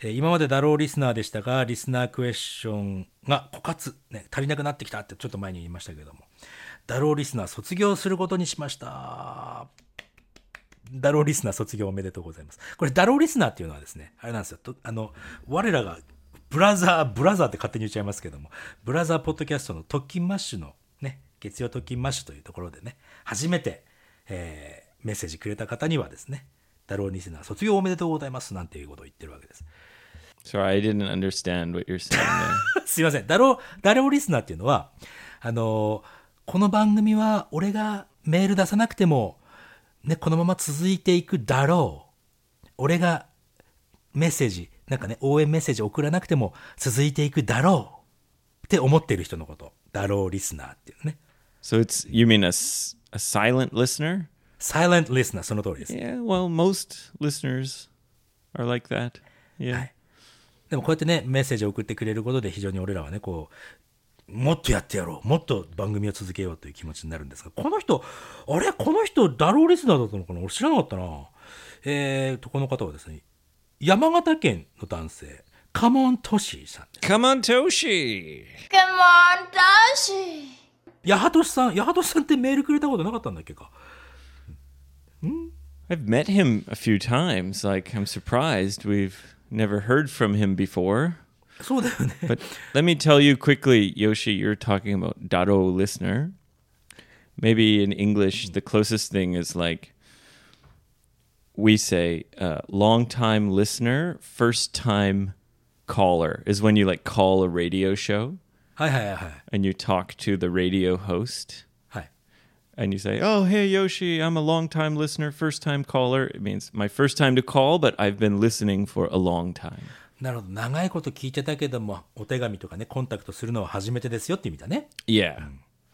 Speaker 2: えー今までダローリスナーでしたが、リスナークエスチョンが枯渇、ね、足りなくなってきたってちょっと前に言いましたけれども、ダローリスナー卒業することにしました。ダローリスナー卒業おめでとうございます。これ、ダローリスナーっていうのはですね、あれなんですよ。とあの、我らが、ブラザー、ブラザーって勝手に言っちゃいますけども、ブラザーポッドキャストの特勤マッシュのね、月曜特勤マッシュというところでね、初めて、えーメッセージくれた方にはですね、ダローリスナー卒業おめでとうございますなんていうことを言ってるわけです。
Speaker 1: Sorry, I didn't understand what you're saying there.
Speaker 2: すいません。ダロ、ダロリスナーっていうのは、あの、この番組は俺がメール出さなくても、ね、このまま続いていくだろう。俺がメッセージなんかね応援メッセージ送らなくても続いていくだろうって思ってる人のことだろうリスナーっていうね
Speaker 1: So it's you mean a, s- a silent listener?
Speaker 2: silent listener その通りです、
Speaker 1: Yeah, well, most listeners are like that. Yeah.
Speaker 2: でもこうやってねメッセージを送ってくれることで非常に俺らはねこうもっとやってやろうもっと番組を続けようという気持ちになるんですがこの人あれこの人ダローリスナーだったのかな俺知らなかったなえー、とこの方はですね山形県の男性カモントシーさんです
Speaker 3: Come on, Toshi.
Speaker 4: Come on, Dashi.
Speaker 2: 八幡さん八幡さんってメールくれたことなかったんだっけか
Speaker 1: I've met him a few times. Like I'm surprised we've never heard from him before.
Speaker 2: そうだよね
Speaker 1: But let me tell you quickly, Yoshi, you're talking about Dado listener. Maybe in English, the closest thing is like we say uh, long time listener, first time caller is when you like call a radio show
Speaker 2: はいはいはいはい
Speaker 1: and you talk to the radio host
Speaker 2: はい。
Speaker 1: and you say, Oh, hey, Yoshi, I'm a long time listener, first time caller. It means my first time to call, but I've been listening for a long time.
Speaker 2: なるほど長いこと聞いてたけどもお手紙とかねコンタクトするのは初めてですよって意味だね
Speaker 1: Yeah.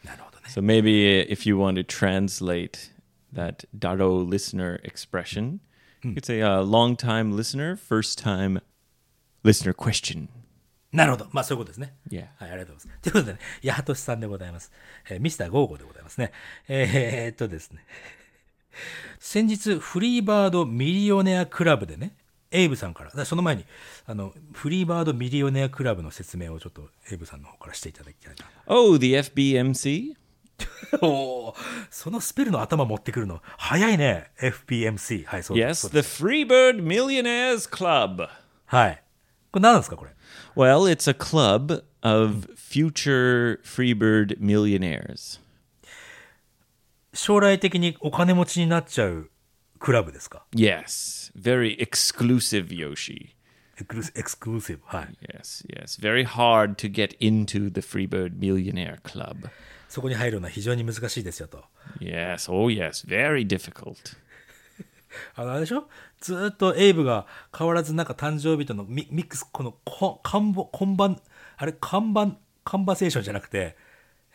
Speaker 2: なるほどね
Speaker 1: So maybe if you want to translate that Dado listener expression, you could say uh, long time listener, first time listener question.
Speaker 2: なるほどまあそういうことですね
Speaker 1: Yeah.
Speaker 2: はい、ありがとうございます。ということでね、八幡さんでございます。えーミスターゴーゴーでございますね。えーっとですね。先日、フリーバードミリオネアクラブでね、エイブさんから、だからその前に、あの、フリーバードミリオネアクラブの説明をちょっとエイブさんの方からしていただきたいな。
Speaker 1: <laughs> Oh, the FBMC?
Speaker 2: おーそのスペルの頭持ってくるの、早いね。FPMC。はい、そうで
Speaker 1: Yes,
Speaker 2: す。そう
Speaker 1: the
Speaker 2: です
Speaker 1: Freebird Millionaires Club.
Speaker 2: はい。これ何なんですか、これ。
Speaker 1: Well, it's a club of future Freebird millionaires.
Speaker 2: 将来的にお金持ちになっちゃうクラブですか
Speaker 1: Yes, very exclusive Yoshi.
Speaker 2: エクルエクスクルーシブ。はい。
Speaker 1: Yes, yes, very hard to get into the Freebird Millionaire Club.
Speaker 2: そこに入るのは非常に難しいですよと。
Speaker 1: Yes, oh yes, very difficult.
Speaker 2: あの、あれでしょずーっとエイブが変わらずなんか誕生日とのミミックス、この、こ、看板、看板、あれ、看板、カンバセーションじゃなくて、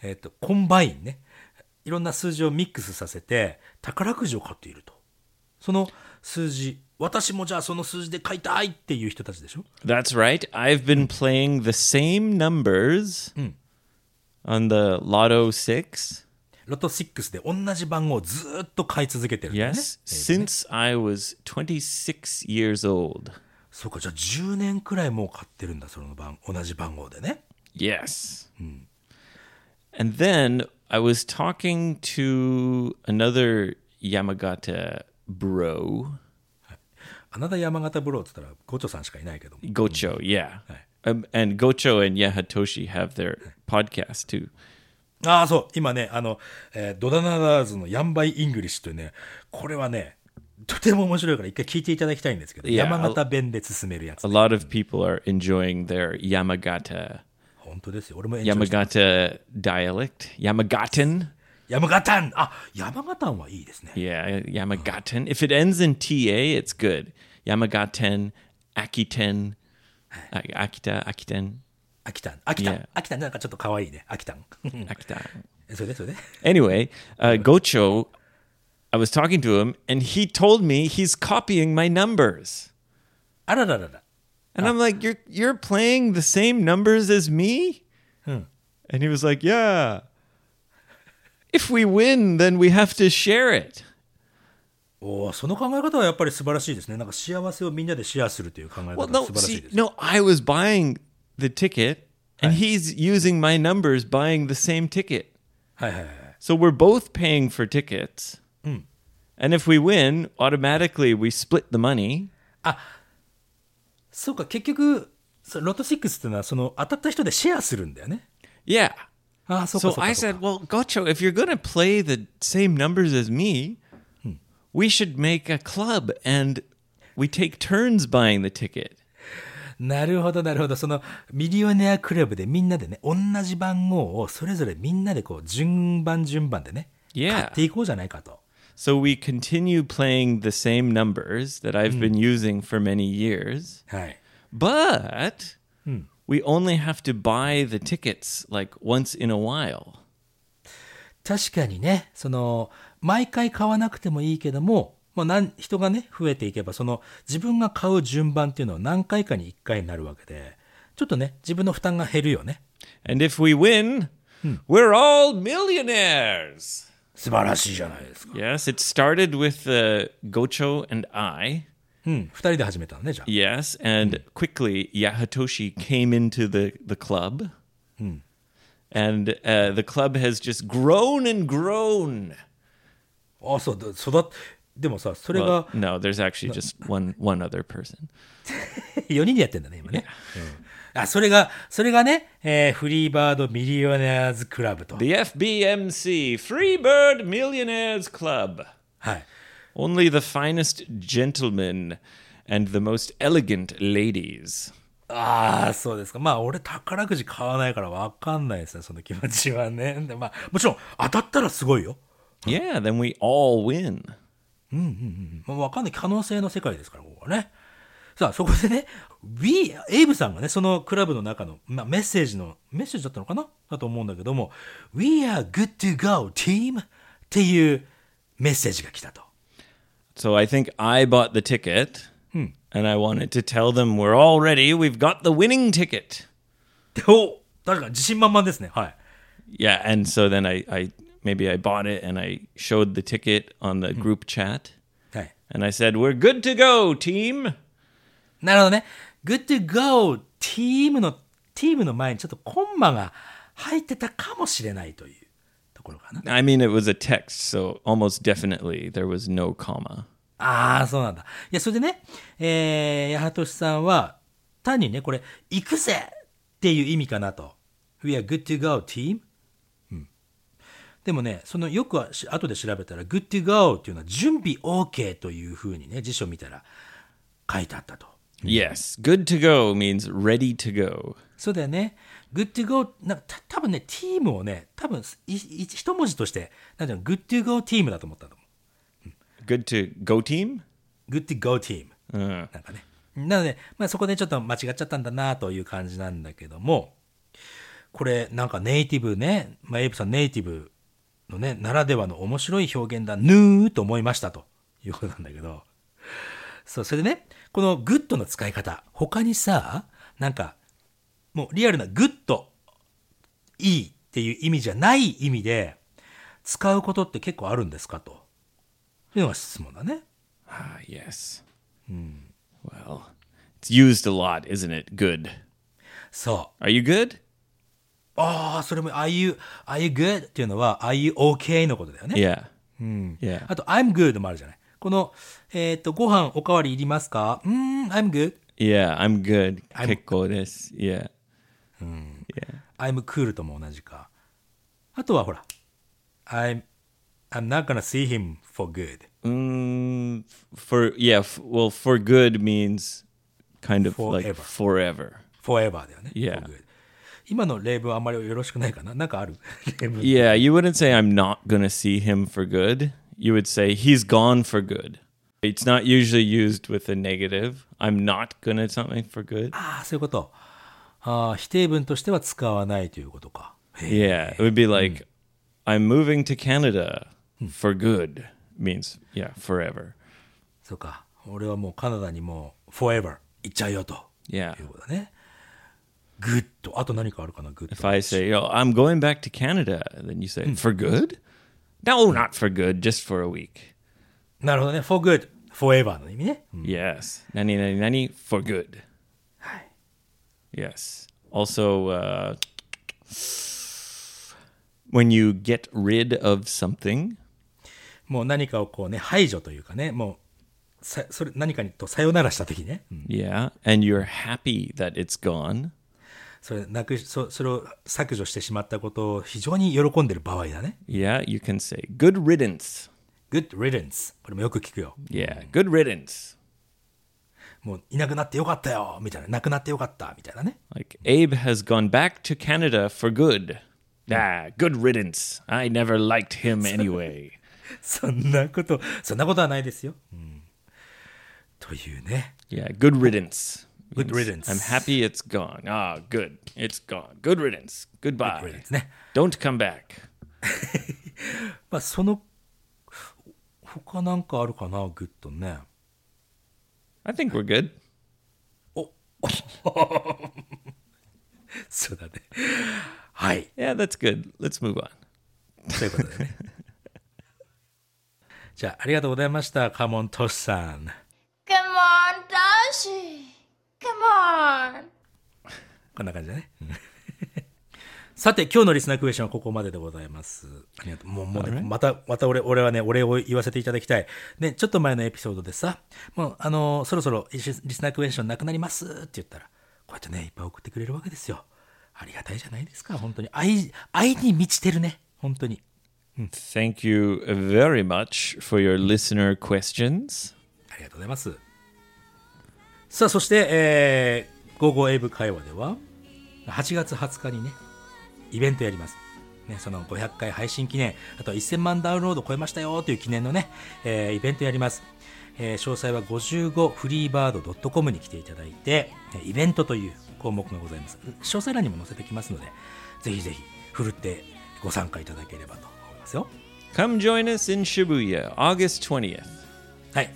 Speaker 2: えっ、と、コンバインね。いろんな数字をミックスさせて、宝くじを買っていると。その数字、私もじゃあその数字で買いたいっていう人たちでしょ
Speaker 1: That's right. I've been playing the same numbers on the Lotto 6.
Speaker 2: ロト6で同じ番号をずーっと買い続けてるんだよね。
Speaker 1: Yes, since I was 26 years old.
Speaker 2: そうか、じゃあ10年くらいもう買ってるんだ、その番、同じ番号でね。
Speaker 1: Yes. And then I was talking to another Yamagata bro,
Speaker 2: あなた山形ブローって言ったら、ゴチョさんしかいないけども。
Speaker 1: Gocho, yeah. Um, and Gocho and Yahatoshi have their podcast too.
Speaker 2: ああ、そう。今ね、あの、えードダナダーズのヤンバイイングリッシュというね、これはね、とても面白いから一回聞いていただきたいんですけど、
Speaker 1: いや
Speaker 2: 山形弁で進めるやつ
Speaker 1: A。lot of people are enjoying their Yamagata
Speaker 2: 本当ですよ。俺もエンジョイして
Speaker 1: Yamagata dialect. Yamagatan.
Speaker 2: 山形んあ、山形んはいいですね。
Speaker 1: Yeah, Yamagatan. If it ends in TA, it's good. Yamagaten, Akiten, A- Akita, Akiten,
Speaker 2: 秋田ん。秋田
Speaker 1: いや
Speaker 2: ん。秋田んなんかちょっと可愛いね。秋田ん。 <laughs>
Speaker 1: Akita.
Speaker 2: それでそれで。
Speaker 1: Anyway, uh, Gocho, I was talking to him and he told me he's copying my numbers.
Speaker 2: あらららら。
Speaker 1: And I'm like, "You're you're playing the same numbers as me?" Hmm. And he was like, "Yeah. If we win, then we have to share it."
Speaker 2: おお、その考え方はやっぱり素晴らしいですね。なんか幸せをみんなでシェアするという考え方
Speaker 1: Well,
Speaker 2: は
Speaker 1: no,
Speaker 2: 素晴らしい
Speaker 1: see,
Speaker 2: です。
Speaker 1: no, I was buying the ticket, and he's using my numbers buying the same ticket.
Speaker 2: はいはいはい。
Speaker 1: So we're both paying for tickets. And if we win, automatically we split the money.
Speaker 2: そうか、結局、そうロト6っていうのはその当たった人でシェアするんだよね。
Speaker 1: Yeah.
Speaker 2: ああ、そうか
Speaker 1: So
Speaker 2: そうかそうか。
Speaker 1: I said, well, Gocho, if you're going to play the same numbers as me, we should make a club and we take turns buying the ticket.
Speaker 2: なるほど、なるほど。その、ミリオネアクラブでみんなでね、同じ番号をそれぞれみんなでこう、順番順番でね、買
Speaker 1: Yeah.
Speaker 2: っていこうじゃないかと。
Speaker 1: So we continue playing the same numbers that I've been using for many years,
Speaker 2: はい。
Speaker 1: but we only have to buy the tickets like once in a while.
Speaker 2: 確かにね、その、毎回買わなくてもいいけども、まあ、なん人がね、増えていけば、その、自分が買う順番っていうのは何回かに1回になるわけで、ちょっとね、自分の負担が減るよね。
Speaker 1: And if we win, we're all millionaires.
Speaker 2: 素晴らしいじゃないですか。
Speaker 1: Yes, it started with uh, Gocho and I.
Speaker 2: うん、2人で始めたのね、じゃあ。
Speaker 1: Yes, and quickly Yahatoshi came into the, the club. And uh, the club has just grown and grown.
Speaker 2: あ、そう、だ育っ、でもさ、それ
Speaker 1: Well,
Speaker 2: が
Speaker 1: no, there's actually just one one other person.
Speaker 2: 4人でやってんだね、今ね。うんあ、それが、それがね、えーフリーバードミリオネアーズクラブと。
Speaker 1: The FBMC, Freebird Millionaires Club.
Speaker 2: はい。
Speaker 1: Only the finest gentlemen and the most elegant ladies.
Speaker 2: ああ、そうですか。まあ、俺、宝くじ買わないから分かんないですね、その気持ちはね。でまあ、もちろん、当たったらすごいよ。
Speaker 1: Yeah, then we all win.
Speaker 2: まあ、分かんない。可能性の世界ですから、ここはね。さあ、そこでね、We、エイブさんがね、そのクラブの中の、まあ、メッセージの、メッセージだったのかなだと思うんだけども、We are good to go, team! っていうメッセージが来たと。
Speaker 1: So I think I bought the ticket, and I wanted to tell them we're all ready. We've got the winning ticket.
Speaker 2: でお確かに自信満々ですね。はい。
Speaker 1: Yeah, and so then I, I maybe I bought it and I showed the ticket on the group chat,
Speaker 2: はい。
Speaker 1: and I said we're good to go, team.
Speaker 2: なるほどね。good to go チームの、チームの前にちょっとコンマが入ってたかもしれないというところかな。
Speaker 1: I mean, it was a text, so almost definitely there was no comma.
Speaker 2: ああ、そうなんだ。いや、それでね、えー、八幡さんは、単にね、これ、行くぜっていう意味かなと。We are good to go, team. うん。でもね、そのよくはし、後で調べたら、good to go っていうのは、準備 OK というふうにね、辞書見たら書いてあったと。
Speaker 1: Hmm. Yes, good to go means ready to go.
Speaker 2: そうだよね。good to go、なんかた多分ね、チームをね、多分いい一文字として、なんていうの、good to go チームだと思ったと思
Speaker 1: Good to go, team.
Speaker 2: う。good to go チーム。
Speaker 1: Uh,
Speaker 2: なんかね。なので、まあ、そこでちょっと間違っちゃったんだなという感じなんだけども、これなんかネイティブね、まあ、エイプさんネイティブのね、ならではの面白い表現だ、ぬーと思いましたということなんだけど、そう、それでね、このグッドの使い方、他にさ、なんか、もうリアルなグッド、いいっていう意味じゃない意味で、使うことって結構あるんですかと。いうのが質問だね。
Speaker 1: ah, yes. Hmm. Well, it's used a lot, isn't it? Good.
Speaker 2: そう。
Speaker 1: Are you good?
Speaker 2: ああ、それも、are you, are you good? っていうのは、are you okay? のことだよね。
Speaker 1: Yeah. Yeah.
Speaker 2: あと、I'm good もあるじゃない。この、えっ、と、ご飯おかわりいりますかうーん、I'm good。
Speaker 1: Yeah, I'm good.
Speaker 2: I'm-
Speaker 1: Kekko desu. Yeah. Yeah.
Speaker 2: I'm cool とも同じか。あとは、ほら、I'm, I'm not gonna see him for good.
Speaker 1: Mm, for yeah, f- well, for good means kind of like
Speaker 2: Forever.
Speaker 1: forever.
Speaker 2: forever だよね。
Speaker 1: Yeah.
Speaker 2: for good 今の例文あんまりよろしくないかななんかある例文。
Speaker 1: Yeah, you wouldn't say I'm not gonna see him for good. You would say he's gone for good. It's not usually used with a negative. I'm not gonna something for good.
Speaker 2: ああ、そういうこと。ああ、否定文としては使わないということか。
Speaker 1: Yeah, it would be like I'm moving to Canada for good means yeah forever.
Speaker 2: そうか。俺はもうカナダにもう forever 行っちゃうよと。
Speaker 1: Yeah.
Speaker 2: いうことだね。グッド。あと何かあるかな、グッ
Speaker 1: If
Speaker 2: ド。
Speaker 1: I say, "Oh, I'm going back to Canada," then you say, "For good?" No, not for good, just for a week.
Speaker 2: なるほどね。for good。forever の意味ね。うん
Speaker 1: Yes. Nani nani nani for good. Yes. Also, uh, when you get rid of something,
Speaker 2: もう何かをこうね、排除というかね、もう、さそれ何かにとさよならした時ね。うん
Speaker 1: yeah, and you're happy that it's gone,
Speaker 2: それなくしそ、それを削除してしまったことを非常に喜んでる場合だね。
Speaker 1: yeah, you can say good riddance.
Speaker 2: good riddance。これもよく聞くよ。
Speaker 1: Yeah, good riddance.
Speaker 2: もういなくなってよかったよみたいな。なくなってよかったみたいなね。
Speaker 1: Like Abe has gone back to <laughs> Canada for good. Ah, good riddance. I never liked him anyway.
Speaker 2: そんなこと、そんなことはないですよ。うん、というね。
Speaker 1: Yeah, good riddance.
Speaker 2: Good
Speaker 1: means
Speaker 2: riddance.
Speaker 1: I'm happy it's gone. Ah, good. It's gone. Good riddance. Goodbye.
Speaker 2: Good riddance ね
Speaker 1: Don't come back.
Speaker 2: まあ、その、他なんかあるかな、グッドね。 <laughs>
Speaker 1: I think we're good.
Speaker 2: そうだね。はい。
Speaker 1: Yeah, that's good. Let's move on.
Speaker 2: ということでね。じゃあ、ありがとうございました。カモントシさん。
Speaker 4: Come on, Darcy. Come on.
Speaker 2: こんな感じだね。うん <laughs> さて、今日のリスナークエスチョンはここまででございます。ありがとう。もう、もうね、また、また俺、俺はね、お礼を言わせていただきたい。ね、ちょっと前のエピソードでさ、もう、あのーそろそろリスリスナークエスチョンなくなりますって言ったら、こうやってね、いっぱい送ってくれるわけですよ。ありがたいじゃないですか、本当に。愛、愛に満ちてるね、本当に。
Speaker 1: Thank you very much for your listener questions.
Speaker 2: ありがとうございます。さあ、そして、えー、午後英語会話では、8月20日にね、イベントやります。ね、その500回配信記念、あとは1000万ダウンロード超えましたよという記念のね、えーイベントやります。えー詳細は 55freebird.com に来ていただいて、ねイベントという項目がございます。詳細欄にも載せてきますので、ぜひぜひ、ふるってご参加いただければと思いますよ。
Speaker 1: Come join us in Shibuya, August 20th.
Speaker 2: はい。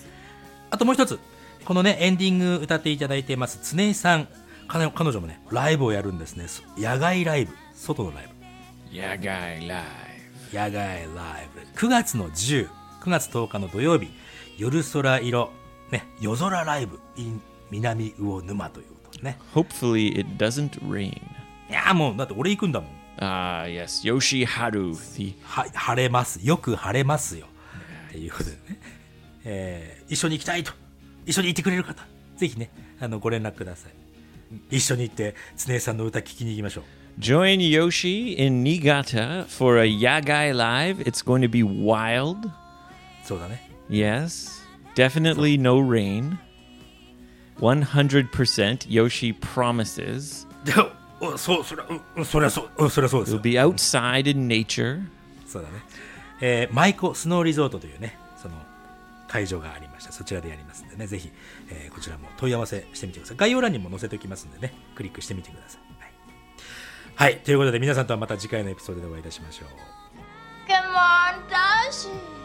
Speaker 2: あともう一つ、このね、エンディング歌っていただいてます、常井さん。彼女彼女もね、ライブをやるんですね。そ野外ライブ。外のライブ。
Speaker 1: Yeah, guy, live.
Speaker 2: 野外ライブ9月の109月10日の土曜日夜空色、ね、夜空ライブ in 南魚沼ということでね
Speaker 1: Hopefully it doesn't rain.
Speaker 2: いやーもうだって俺行くんだもん
Speaker 1: Ah, yes, Yoshiharu, the
Speaker 2: は晴れますよく晴れますよっていうことでね、えー一緒に行きたいと一緒に行ってくれる方ぜひねあのご連絡ください一緒に行って常江さんの歌聴きに行きましょう
Speaker 1: Join Yoshi in Niigata for a Yagai Live. It's going to be wild.
Speaker 2: そうだね
Speaker 1: Yes. Definitely no rain. 100% Yoshi promises.
Speaker 2: でおそうそりゃうんうんそりゃそううんそりゃそうですよ
Speaker 1: We'll be outside in nature.
Speaker 2: そうだね。えーマイコスノーリゾートというね、その会場がありました。そちらでやりますんでね、ぜひ、えーこちらも問い合わせしてみてください。概要欄にも載せておきますんでね、クリックしてみてください。はい。はい、ということで皆さんとはまた次回のエピソードでお会いいたしましょう。
Speaker 4: Come on, Darcy.